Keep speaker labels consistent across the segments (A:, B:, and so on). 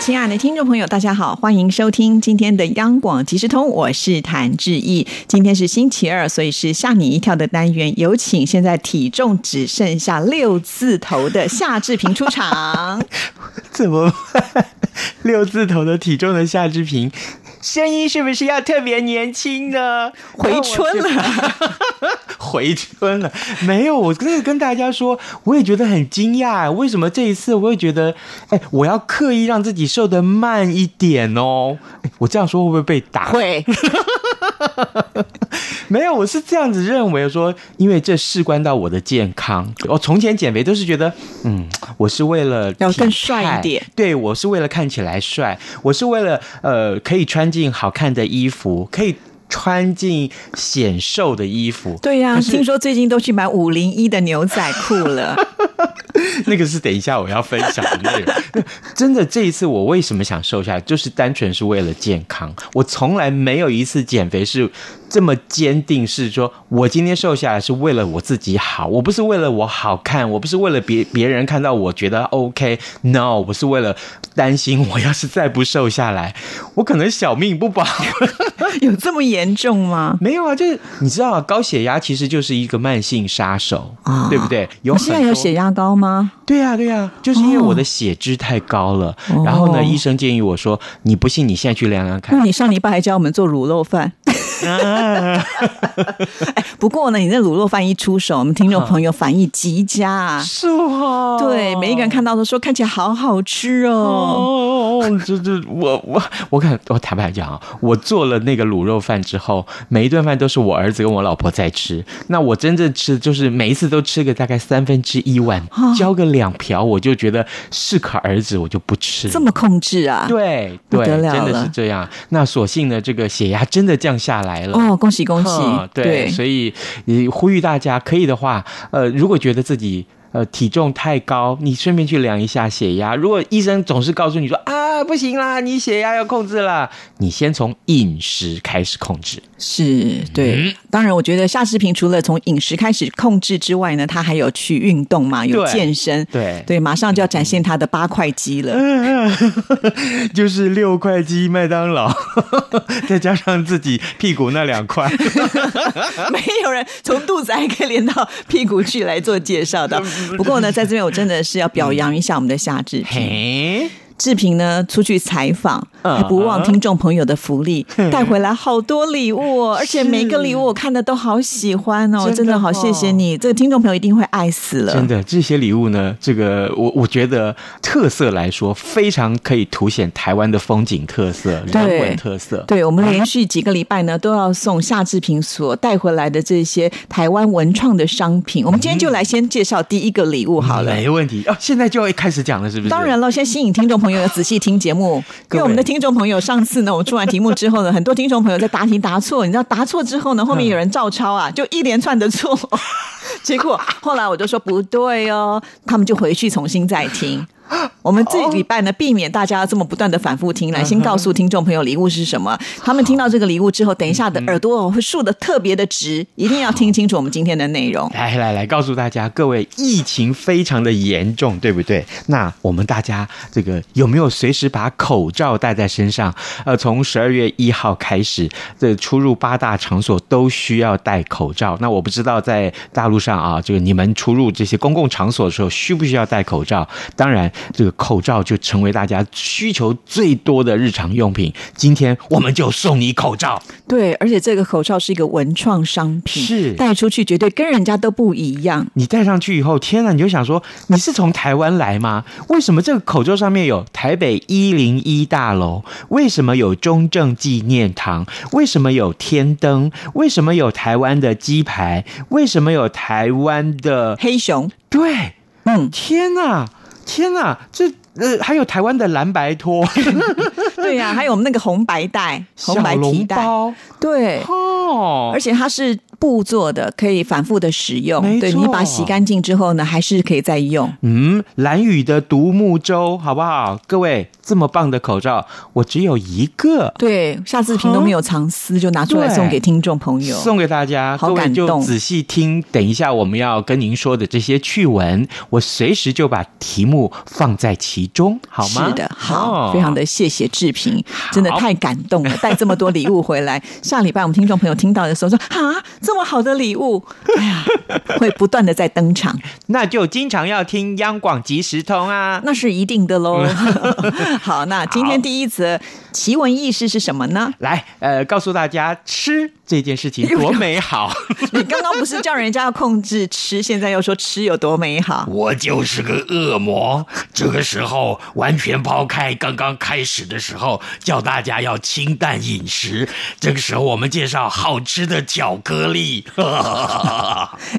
A: 亲爱的听众朋友，大家好，欢迎收听今天的央广即时通，我是谭志毅。今天是星期二，所以是吓你一跳的单元，有请现在体重只剩下六字头的夏志平出场。
B: 怎么办？六字头的体重的夏志平，声音是不是要特别年轻呢？
A: 回春了，
B: 回春了，没有，我真的跟大家说，我也觉得很惊讶，为什么这一次我会觉得，哎、我要刻意让自己瘦得慢一点哦。哎我这样说会不会被打？
A: 会
B: 没有，我是这样子认为说，因为这事关到我的健康。我从前减肥都是觉得，嗯，我是为了
A: 要
B: 体
A: 更帅一
B: 态
A: 点，
B: 对我是为了看起来帅，我是为了呃可以穿进好看的衣服，可以穿进显瘦的衣服。
A: 对呀、听说最近都去买五零一的牛仔裤了，
B: 那个是等一下我要分享的内容。 真的，这一次我为什么想瘦下来，就是单纯是为了健康。我从来没有一次减肥是这么坚定，是说我今天瘦下来是为了我自己好，我不是为了我好看，我不是为了别别人看到我觉得 OK，no，、我是为了担心我要是再不瘦下来，我可能小命不保。
A: 有这么严重吗？
B: 没有啊，就是你知道啊，高血压其实就是一一个慢性杀手，
A: 啊
B: 对不对？有
A: 我现在
B: 很
A: 有
B: 多
A: 血压高吗？
B: 对呀、对呀、就是因为我的血脂太高了。然后
A: 哦
B: 呢，医生建议我说：“你不信，你现在去量量看
A: 那。你上礼拜还教我们做卤肉饭。
B: 啊
A: 不过呢，你那卤肉饭一出手，我们听众朋友反应极佳啊”！
B: 是哦
A: 对，每一个人看到都说看起来好好吃哦。
B: 哦，这这我我我看我坦白讲啊，我做了那个卤肉饭之后，每一顿饭都是我儿子跟我老婆在吃。那我真正吃就是每一次都吃个大概三分之一碗
A: 啊，
B: 浇个两瓢，我就觉得适可而止，我就不吃了。
A: 这么控制啊？
B: 对
A: 不
B: 对，
A: 得了
B: 真的
A: 了
B: 是这样。那所幸呢，这个血压真的降下来了。
A: 哦，恭喜恭喜
B: 嗯！对，
A: 对，
B: 所以也呼吁大家，可以的话，呃，如果觉得自己。呃，体重太高，你顺便去量一下血压。如果医生总是告诉你说啊，不行啦，你血压要控制啦，你先从饮食开始控制。
A: 是，
B: 嗯
A: 对。当然，我觉得夏视频除了从饮食开始控制之外呢，他还有去运动嘛，有
B: 对
A: 健身。
B: 对，
A: 对，马上就要展现他的八块肌了。
B: 就是六块鸡麦当劳， 再加上自己屁股那两块。
A: 没有人从肚子还可以连到屁股去来做介绍 的。不过呢，在这边我真的是要表扬一下我们的夏志平。
B: 嗯嘿，
A: 志平呢出去采访，
B: 嗯
A: 还不忘听众朋友的福利，带回来好多礼物哦，而且每一个礼物我看的都好喜欢哦，
B: 真的
A: 真的好
B: 哦
A: 谢谢你，这个听众朋友一定会爱死了。
B: 真的，这些礼物呢，这个我我觉得特色来说，非常可以凸显台湾的风景特色、
A: 对
B: 人文特色。
A: 对，我们连续几个礼拜呢，都要送夏志平所带回来的这些台湾文创的商品。我们今天就来先介绍第一个礼物好了。
B: 没问题哦。现在就要开始讲了，是不是？
A: 当然了，先吸引听众朋友要仔细听节目，因
B: 各
A: 为
B: 位
A: 我们的听众朋友上次呢，我们出完题目之后呢，很多听众朋友在答题答错，你知道答错之后呢，后面有人照抄 啊，就一连串的错，结果后来我就说不对哦，他们就回去重新再 听。我们这礼拜呢，避免大家这么不断的反复听，来先告诉听众朋友礼物是
B: 哦
A: 什么。他们听到这个礼物之后，等一下
B: 嗯
A: 的耳朵哦会竖的特别的直，一定要听清楚我们今天的内容。
B: 来来来，告诉大家，各位，疫情非常的严重，对不对？那我们大家这个有没有随时把口罩戴在身上？呃，从十二月一号开始，这出入八大场所都需要戴口罩。那我不知道在大陆上啊，这个你们出入这些公共场所的时候需不需要戴口罩？当然，这个口罩就成为大家需求最多的日常用品。今天我们就送你口罩。
A: 对，而且这个口罩是一个文创商品，
B: 是
A: 带出去绝对跟人家都不一样。
B: 你戴上去以后，天呐，你就想说你是从台湾来吗？为什么这个口罩上面有台北一零一大楼？为什么有中正纪念堂？为什么有天灯？为什么有台湾的鸡排？为什么有台湾的？
A: 黑熊，
B: 对，
A: 嗯，
B: 天呐，天呐，这呃还有台湾的蓝白 拖、
A: 对啊呀、还有我们那个红白带、红
B: 小
A: 白提
B: 笼
A: 带，
B: 包
A: 对，
B: 哦
A: 而，且它是布做的，可以反复的使用。
B: 没
A: 对
B: 错
A: 你把洗干净之后呢，还是可以再用。
B: 嗯，蓝雨的独木舟，好不好？各位，这么棒的口罩，我只有一个。
A: 对，下次屏东没有藏私，就拿出来
B: 啊对
A: 送给听众朋友。
B: 送给大家，
A: 好
B: 各位
A: 感
B: 就
A: 动
B: 仔细听。等一下我们要跟您说的这些趣闻，我随时就把题目放在其中，好吗？
A: 是的，好，
B: 哦
A: 非常的谢谢志平，真的太感动 了，带这么多礼物回来。下礼拜我们听众朋友听到的时候说：“啊，这么好的礼物， 哎呀，会不断的在登场，
B: 那就经常要听央广即时通啊。
A: 那是一定的喽。” 好，那今天第一则奇闻异事是什么 呢？
B: 来，呃，告诉大家吃这件事情多 美好。
A: 你哎刚刚不是叫人家要控制吃，现在又说吃有多美好？
C: 我就是个恶魔。这个时候，完全抛开刚刚开始的时候叫大家要清淡饮食，这个时候我们介绍好吃的巧克 力。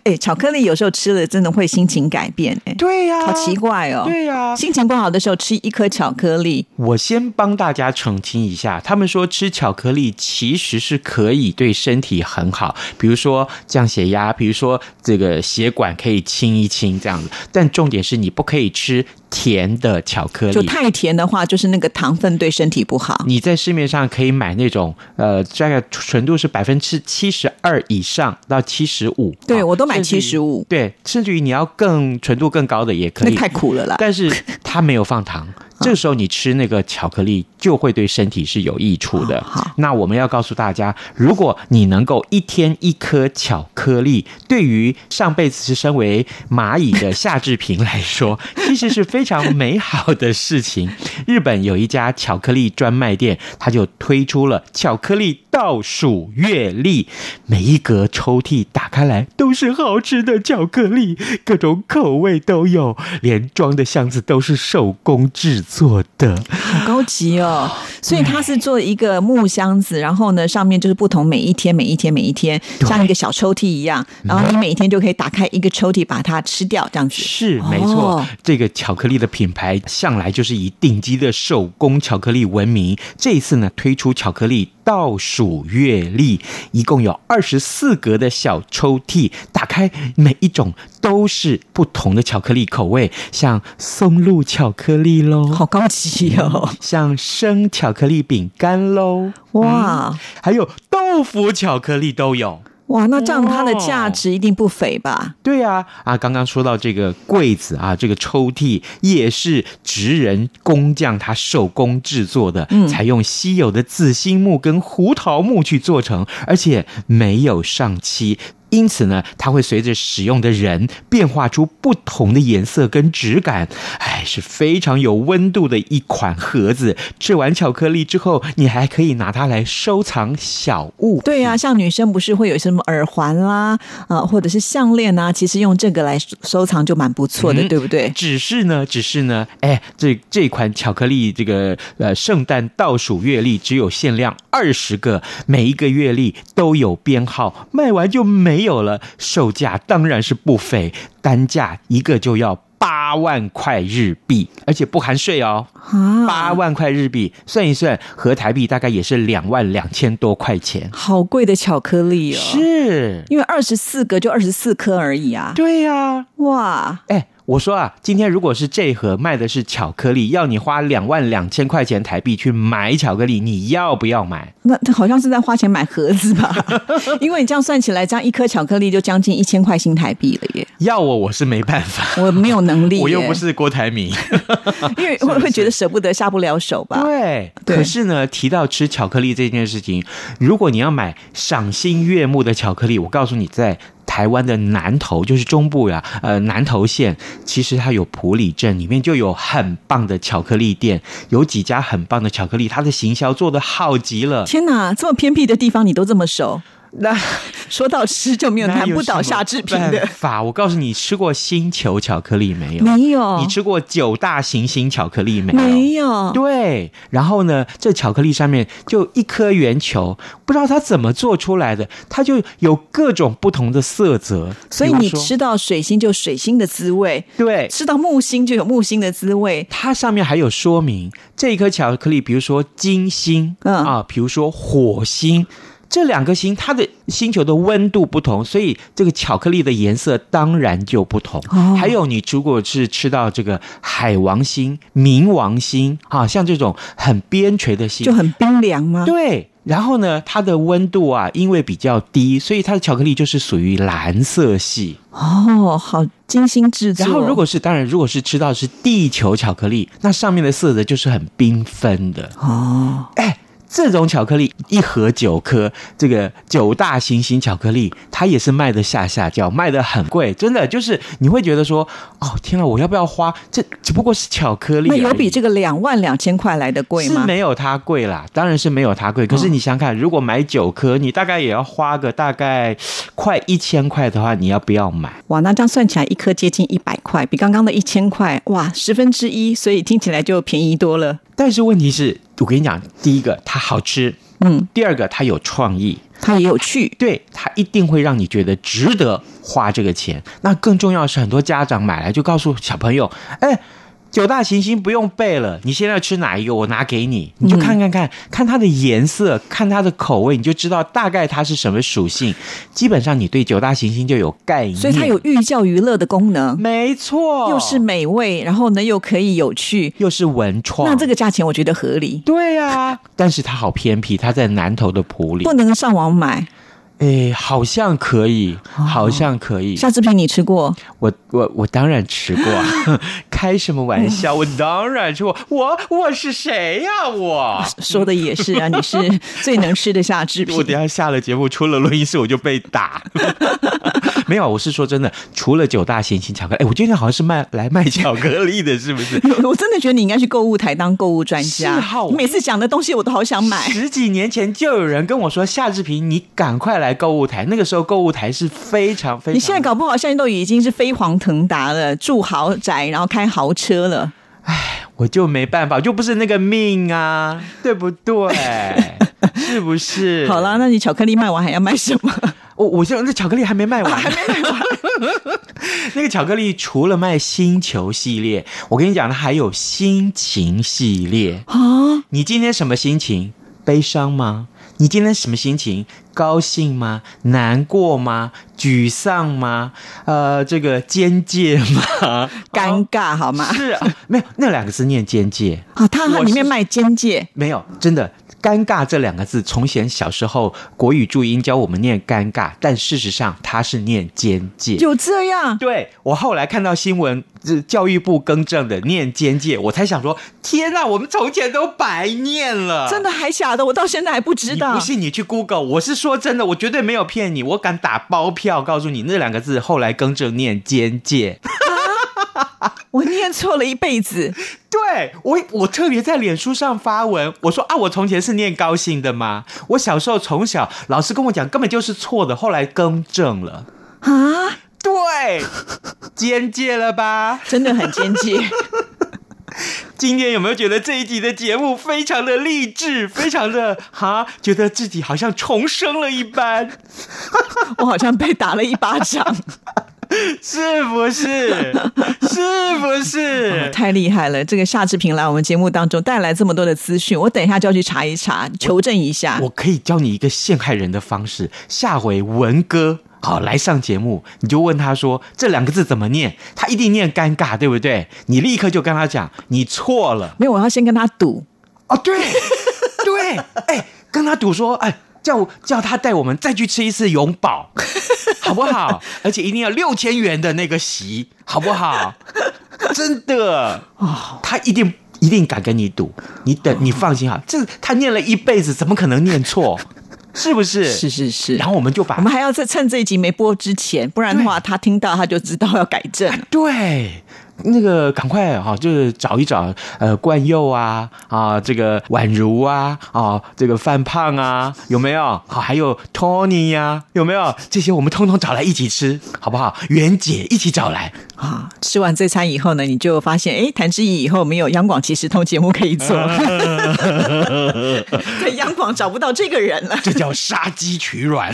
A: 哎，巧克力有时候吃了真的会心情改变，哎，
B: 对呀、
A: 好奇怪哦。
B: 对啊呀、
A: 心情不好的时候吃一颗巧克力，
B: 我先帮大家澄清一下，他们说吃巧克力其实是可以对身体很好，比如说降血压，比如说这个血管可以清一清这样子。但重点是你不可以吃甜的巧克
A: 就
B: 力。
A: 太甜的话，就是那个糖分对身体不好。
B: 你在市面上可以买那种，呃，大概纯度是百分之七十二以上到七十五。
A: 对
B: 啊
A: 我都买
B: 甚至于
A: 75
B: 对，甚至于你要更纯度更高的也可
A: 那
B: 以。
A: 太苦了啦。
B: 但是它没有放 糖，这个时候你吃那个巧克力就会对身体是有益处的。
A: 好好
B: 那我们要告诉大家，如果你能够一天一颗巧克力，对于上辈子是身为蚂蚁的夏志平来 说，其实是非常美好的事情。日本有一家巧克力专卖店，它就推出了巧克力倒数月历，每一格抽屉打开来都是好吃的巧克力，各种口味都有，连装的箱子都是手工制作的。
A: 好高级哦， 所以它是做一个木箱子，然后呢，上面就是不同每一天、每一天、每一天，像一个小抽屉一样，
B: 嗯
A: 然后你每一天就可以打开一个抽屉把它吃掉，这样子。
B: 是没错，
A: 哦
B: 这个巧克力的品牌向来就是以顶级的手工巧克力闻名。这一次呢，推出巧克力倒数月历，一共有二十四格的小抽屉，打开每一种都是不同的巧克力口味，像松露巧克力喽，
A: 好高级哦！
B: 像生巧克力饼干喽，
A: 哇
B: 还有豆腐巧克力都有。
A: 哇，那这样它的价值一定不菲吧？
B: 对呀、啊，刚刚说到这个柜子啊，这个抽屉也是职人工匠他手工制作的，
A: 嗯
B: 采用稀有的紫心木跟胡桃木去做成，而且没有上漆。因此呢，它会随着使用的人变化出不同的颜色跟质感，哎，是非常有温度的一款盒子。吃完巧克力之后，你还可以拿它来收藏小物。
A: 对呀、像女生不是会有什么耳环啦，啊、或者是项链啊，其实用这个来收收藏就蛮不错的，
B: 嗯
A: 对不对？
B: 只是呢，只是呢，哎，这这款巧克力这个呃圣诞倒数月历只有限量二十个，每一个月历都有编号，卖完就没有了，售价当然是不菲，单价一个就要。八万块日币，而且不含税哦，
A: 啊，
B: 八万块日币算一算，合台币大概也是两万两千多块钱。
A: 好贵的巧克力哦！
B: 是，
A: 因为二十四个就二十四颗而已啊！
B: 对呀、
A: 哇，
B: 哎，我说啊，今天如果是这盒卖的是巧克力，要你花两万两千块钱台币去买巧克力，你要不 要买？
A: 那那好像是在花钱买盒子 吧？因为你这样算起来，这样一颗巧克力就将近一千块新台币了耶！
B: 要我我是没办法，
A: 我没有能力耶，
B: 我又不是郭台铭。
A: 因为会会觉得舍不得下不了手吧？
B: 对，啊
A: 对
B: 可是呢，提到吃巧克力这件事情，如果你要买赏心悦目的巧克力，我告诉你，在台湾的南投，就是中部呀、呃，南投县，其实它有埔里镇，里面就有很棒的巧克力店，有几家很棒的巧克力，它的行销做的好 极了。
A: 天哪，这么偏僻的地方你都这么熟，
B: 那
A: 说到吃就没有
B: 那
A: 难
B: 有
A: 不倒
B: 什么
A: 夏志平
B: 办
A: 的，
B: 法，我告诉你，吃过星球巧克力没有？
A: 没有，
B: 你吃过九大行星巧克力没有？
A: 没有？
B: 对，然后呢，这巧克力上面就一颗圆球，不知道它怎么做出来的，它就有各种不同的色泽。
A: 所以
B: 比如
A: 你
B: 说
A: 吃到水星就有水星的滋味，
B: 对，
A: 吃到木星就有木星的滋味。
B: 它上面还有说明，这一颗巧克力，比如说金星，
A: 嗯
B: 啊，比如说火星。这两颗星它的星球的温度不同，所以这个巧克力的颜色当然就不同。
A: 哦
B: 还有你如果是吃到这个海王星、冥王星啊，像这种很边陲的星
A: 就，很冰凉吗？
B: 对，然后呢，它的温度啊，因为比较低，所以它的巧克力就是属于蓝色系。
A: 哦，好精心制作。
B: 然后，如果是当然，如果是吃到是地球巧克力，那上面的色泽就是很缤纷的。
A: 哦，
B: 哎，这种巧克力一盒九颗，这个九大行星巧克力，它也是卖的下下叫，卖的很贵，真的就是你会觉得说，哦天啊，我要不要花？这只不过是巧克力
A: 那
B: 而已，
A: 有比这个两万两千块来的贵
B: 啊是
A: 吗？嗯
B: 没有它贵啦，当然是没有它贵。可是你想想看，如果买九颗，你大概也要花个大概快一千块的话，你要不要买？
A: 哇，那这样算起来一颗接近一百块，比刚刚的一千块哇十分之一，所以听起来就便宜多了。
B: 但是问题是，我跟你讲，第一个它好吃，
A: 嗯，
B: 第二个它有创意，
A: 它也有趣
B: 对它一定会让你觉得值得花这个钱。那更重要的是，很多家长买来就告诉小朋友，哎。九大行星不用背了，你现在要吃哪一个，我拿给你，
A: 嗯
B: 你就看看看、看它的颜色，看它的口味，你就知道大概它是什么属性。基本上你对九大行星就有概念，
A: 所以它有寓教于乐的功能，
B: 没错，
A: 又是美味，然后呢又可以有趣。
B: 又是文创，
A: 那这个价钱我觉得合理，
B: 对啊，但是它好偏僻，它在南头的埔里
A: 不，能上网买。
B: 哎，好像可以，
A: 哦
B: 好像可以，
A: 夏志平，你吃过？
B: 我我我当然吃过 啊，开什么玩笑？我当然吃过，我我是谁呀、我
A: 说的也是啊，你是最能吃的夏志平
B: 我。等一下下了节目，出了录音室我就被打。 没有，我是说真的，除了九大行星巧克力，哎，我今天好像是卖来卖巧克力的，是不是？
A: 我真的觉得你应该去购物台当购物专家。
B: 是哈我
A: 你每次讲的东西我都好想买。
B: 十几年前就有人跟我说，夏志平，你赶快来购物台。那个时候购物台是非常非常，
A: 你现在搞不好现在都已经是飞黄腾达了，住豪宅，然后开豪车了。
B: 我就没办法，就不是那个命啊，对不 对？是不是？啊
A: 好啦，那你巧克力卖完还要卖什 么？
B: 我哦我现在那巧克力还没卖啊完，还没卖完。 那个巧克力除了卖星球系列，我跟你讲，它还有心情系列。
A: 啊，
B: 你今天什么心情？悲伤吗？你今天什么心情？高兴吗？难过吗？沮丧吗？呃，这个边界吗？ 哦
A: 尴尬好吗？
B: 是啊，没有那两个字念边界，
A: 啊，它
B: 我是
A: 里面卖尖界，
B: 没有真的。尴尬这两个字，从前小时候国语注音教我们念尴尬，但事实上它是念边界。
A: 有这样？
B: 对我后来看到新闻，这教育部更正的念间界，我才想说，天哪，我们从前都白念了，
A: 真。的还假的？我到现在还不知
B: 啊你
A: 道
B: 不。信你去 Google，我是说真的，我绝对没有骗你，我敢打包票告诉你，那两个字后来更正念间界。
A: 我念错了一辈 子。
B: 对我，我特别在脸书上发文，我说啊，我从前是念高兴的吗？我小时候从小老师跟我讲，根本就是错的，后来更正了。
A: 啊，
B: 对，间界了吧？
A: 真的很尖界。
B: 今天有没有觉得这一集的节目非常的励志，非常的哈，觉得自己好像重生了一般，
A: 我好像被打了一巴 掌，
B: 是不是？是不是？
A: 太厉害了！这个夏志平来我们节目当中带来这么多的资讯，我等一下就要去查一查，求证一下。
B: 我可以教你一个陷害人的方式，下回文哥。好，来上节目，你就问他说这两个字怎么念，他一定念尴尬，对不对？你立刻就跟他讲，你错了。
A: 没有，我要先跟他赌。
B: 哦，对对，哎，跟他赌说，哎，叫我叫他带我们再去吃一次永宝，好不好？而且一定要六千元的那个席，好不好？真的他一定一定敢跟你赌，你等你放心哈，这他念了一辈子，怎么可能念错？是不是？
A: 是是是，
B: 然后我们就把
A: 我们还要在趁这一集没播之前，不然的话，他听到他就知道要改正
B: 哎
A: 了。
B: 对，那个赶快哈、就是找一找呃冠佑啊啊，这个宛如啊啊，这个范胖啊，有没有？好、还有 Tony 呀、有没有？这些我们通通找来一起吃，好不好？袁姐一起找来，
A: 啊，吃完这餐以后呢，你就发现，哎，谭志毅以后我们有央广即时通节目可以做，
B: 嗯
A: 在央广找不到这个人了。
C: 这叫杀鸡取卵。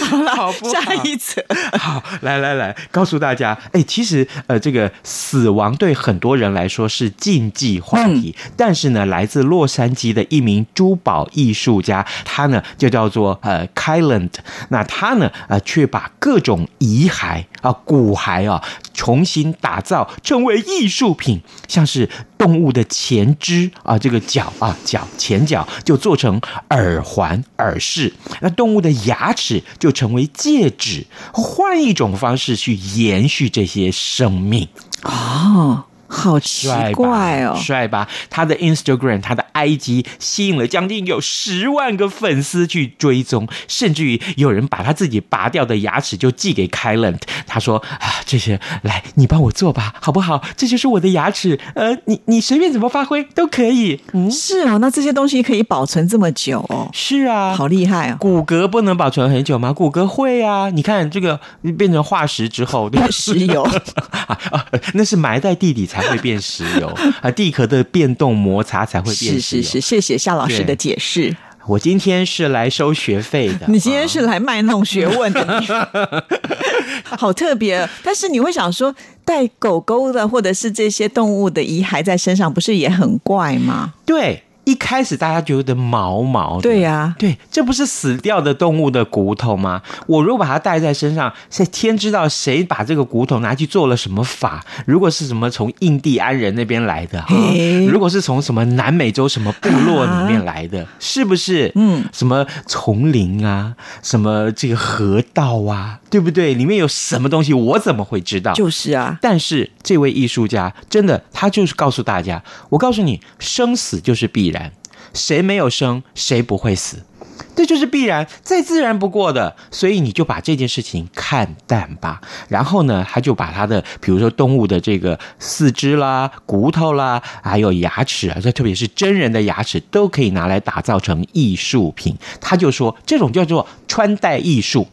A: 好
B: 好
A: 了
B: 不，好
A: 下一则。
B: 好，来来来，告诉大家，哎，其实呃，这个死亡对很多人来说是禁忌话题，但是呢，来自洛杉矶的一名珠宝艺术家，他呢就叫做呃 k y l a n d 那他呢呃却把各种遗骸啊、骨骸啊重新打造成为艺术品，像是动物的前肢啊，这个脚啊脚前脚就做成耳环、耳饰，那动物的牙齿就成为戒指，换一种方式去延续这些生命。
A: 哦，好奇
B: 帅吧
A: 怪哦。
B: 帅吧？他的 Instagram，他的 IG 吸引了将近有十万个粉丝去追踪，甚至于有人把他自己拔掉的牙齿就寄给 k y l a n d 他说啊，这些来你帮我做吧，好不好？这就是我的牙齿，呃，你你随便怎么发挥都可以。嗯，
A: 是哦，那这些东西可以保存这么久哦，
B: 是啊，
A: 好厉害哦。
B: 骨骼不能保存很久吗？骨骼会啊，你看这个变成化石 之后，对吧
A: 石油
B: 啊啊，那是埋在地底才会变石油啊，地壳的变动摩擦才 会变啊
A: 是
B: 石油。
A: 是是，谢谢夏老师的
B: 对
A: 解释。
B: 我今天是来收学费的。嗯
A: 你今天是来卖弄学问的， 你好特别。但是你会想说，带狗狗的或者是这些动物的遗骸在身上，不是也很怪吗？
B: 对。一开始大家觉得毛毛的，
A: 对呀
B: 对，这不是死掉的动物的骨头吗？我如果把它带在身上，是天知道谁把这个骨头拿去做了什么法。如果是什么从印第安人那边来的，哈
A: 嘿
B: 如果是从什么南美洲什么部落里面来的，是不是？
A: 啊嗯，
B: 什么丛林啊，什么这个河道啊，对不对？里面有什么东西，我怎么会知道？
A: 就是啊，
B: 但是这位艺术家真的，他就是告诉大家，我告诉你，生死就是必然，谁没有生，谁不会死，这就是必然，再自然不过的。所以你就把这件事情看淡吧。然后呢，他就把他的，比如说动物的这个四肢啦、骨头啦，还有牙齿啊，这特别是真人的牙齿，都可以拿来打造成艺术品。他就说，这种叫做穿戴艺术。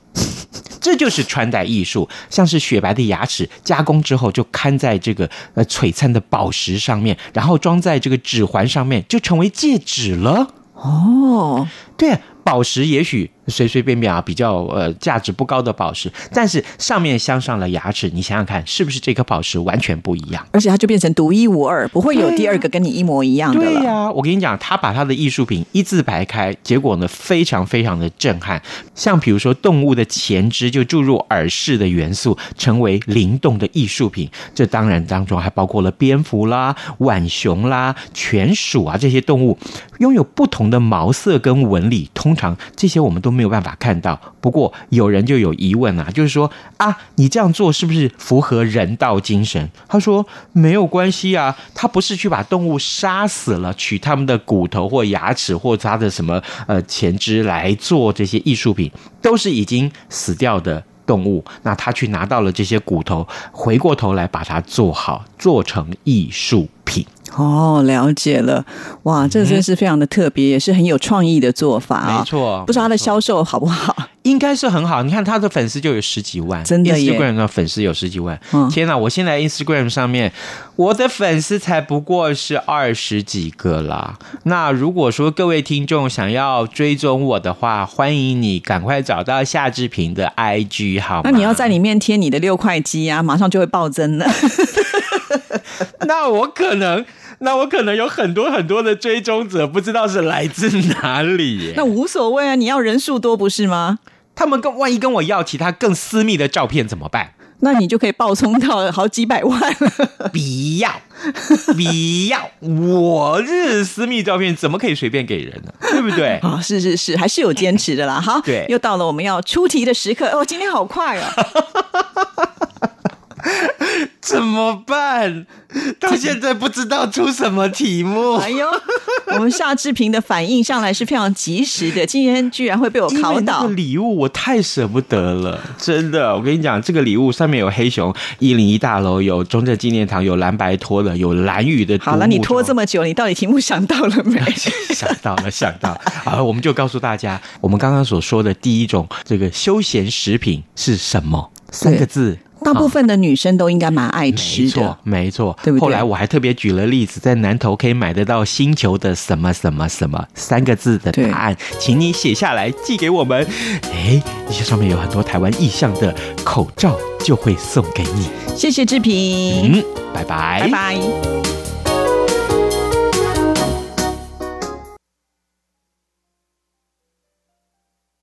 B: 这就是穿戴艺术，像是雪白的牙齿加工之后，就看在这个呃璀璨的宝石上面，然后装在这个指环上面，就成为戒指了。
A: 哦，
B: 对、啊，宝石也许随随便便啊，比较呃价值不高的宝石，但是上面镶上了牙齿，你想想看，是不是这颗宝石完全不一样？
A: 而且它就变成独一无二，不会有
B: 对呀
A: 第二个跟你一模一样的
B: 对
A: 了。
B: 呀、我跟你讲，他把他的艺术品一字排开，结果呢非常非常的震撼。像比如说动物的前肢就注入耳饰的元素，成为灵动的艺术品。这当然当中还包括了蝙蝠啦、浣熊啦、犬鼠啊这些动物，拥有不同的毛色跟纹理。通常这些我们都没有办法看到。不过有人就有疑问啊，就是说啊，你这样做是不是符合人道精神？他说没有关系啊，他不是去把动物杀死了，取他们的骨头或牙齿或它的什么呃前肢来做这些艺术品，都是已经死掉的。动物，那他去拿到了这些骨头，回过头来把它做好，做成艺术品。
A: 哦，了解了，哇，这真是非常的特别，也是很有创意的做法啊、
B: 嗯没错
A: 不知道它的
B: 没错
A: 销售好不好？
B: 应该是很好。你看他的粉丝就有十几万，
A: 真的耶
B: Instagram 的粉丝有十几万。
A: 嗯
B: 天哪！我现在 Instagram 上面，我的粉丝才不过是二十几个啦。那如果说各位听众想要追踪我的话，欢迎你赶快找到夏志平的 IG 好吗？
A: 那你要在里面贴你的六块肌啊，马上就会暴增了。
B: 那我可能，那我可能有很多很多的追踪者，不知道是来自哪里耶。
A: 那无所谓啊，你要人数多不是吗？
B: 他们跟万一跟我要其他更私密的照片怎么办？
A: 那你就可以暴冲到好几百万 了。
B: 不要，不要！我日私密照片怎么可以随便给人呢？对不对？
A: 啊、是是是，还是有坚持的啦。好，
B: 对
A: 又到了我们要出题的时刻。哦，今天好快哦！
B: 怎么办？到现在不知道出什么题目
A: 哎呦，我们夏志平的反应向来是非常及时的，今天居然会被我
B: 因
A: 考
B: 为那
A: 倒
B: 个。礼物我太舍不得了，真的。我跟你讲，这个礼物上面有黑熊，一零一大楼有中正纪念堂，有蓝白拖的，有蓝雨的。
A: 好了，你拖这
B: 么。
A: 么久，你到底题目想到了没？
B: 想到了，想到了好，我们就告诉大家， 我们刚刚所说的第一种这个休闲食品是什么？三个字，
A: 大部分的女生都应该蛮爱吃
B: 没
A: 的
B: 错，。没错。
A: 对不对
B: 后来我还特别举了例子，在南头可以买得到“星球的什么什么什么”三个字的答案，请你写下来寄给我们。哎，这些上面有很多台湾意象的口罩，就会送给你。嗯
A: 谢谢志平，
B: 嗯，拜拜，
A: 拜拜。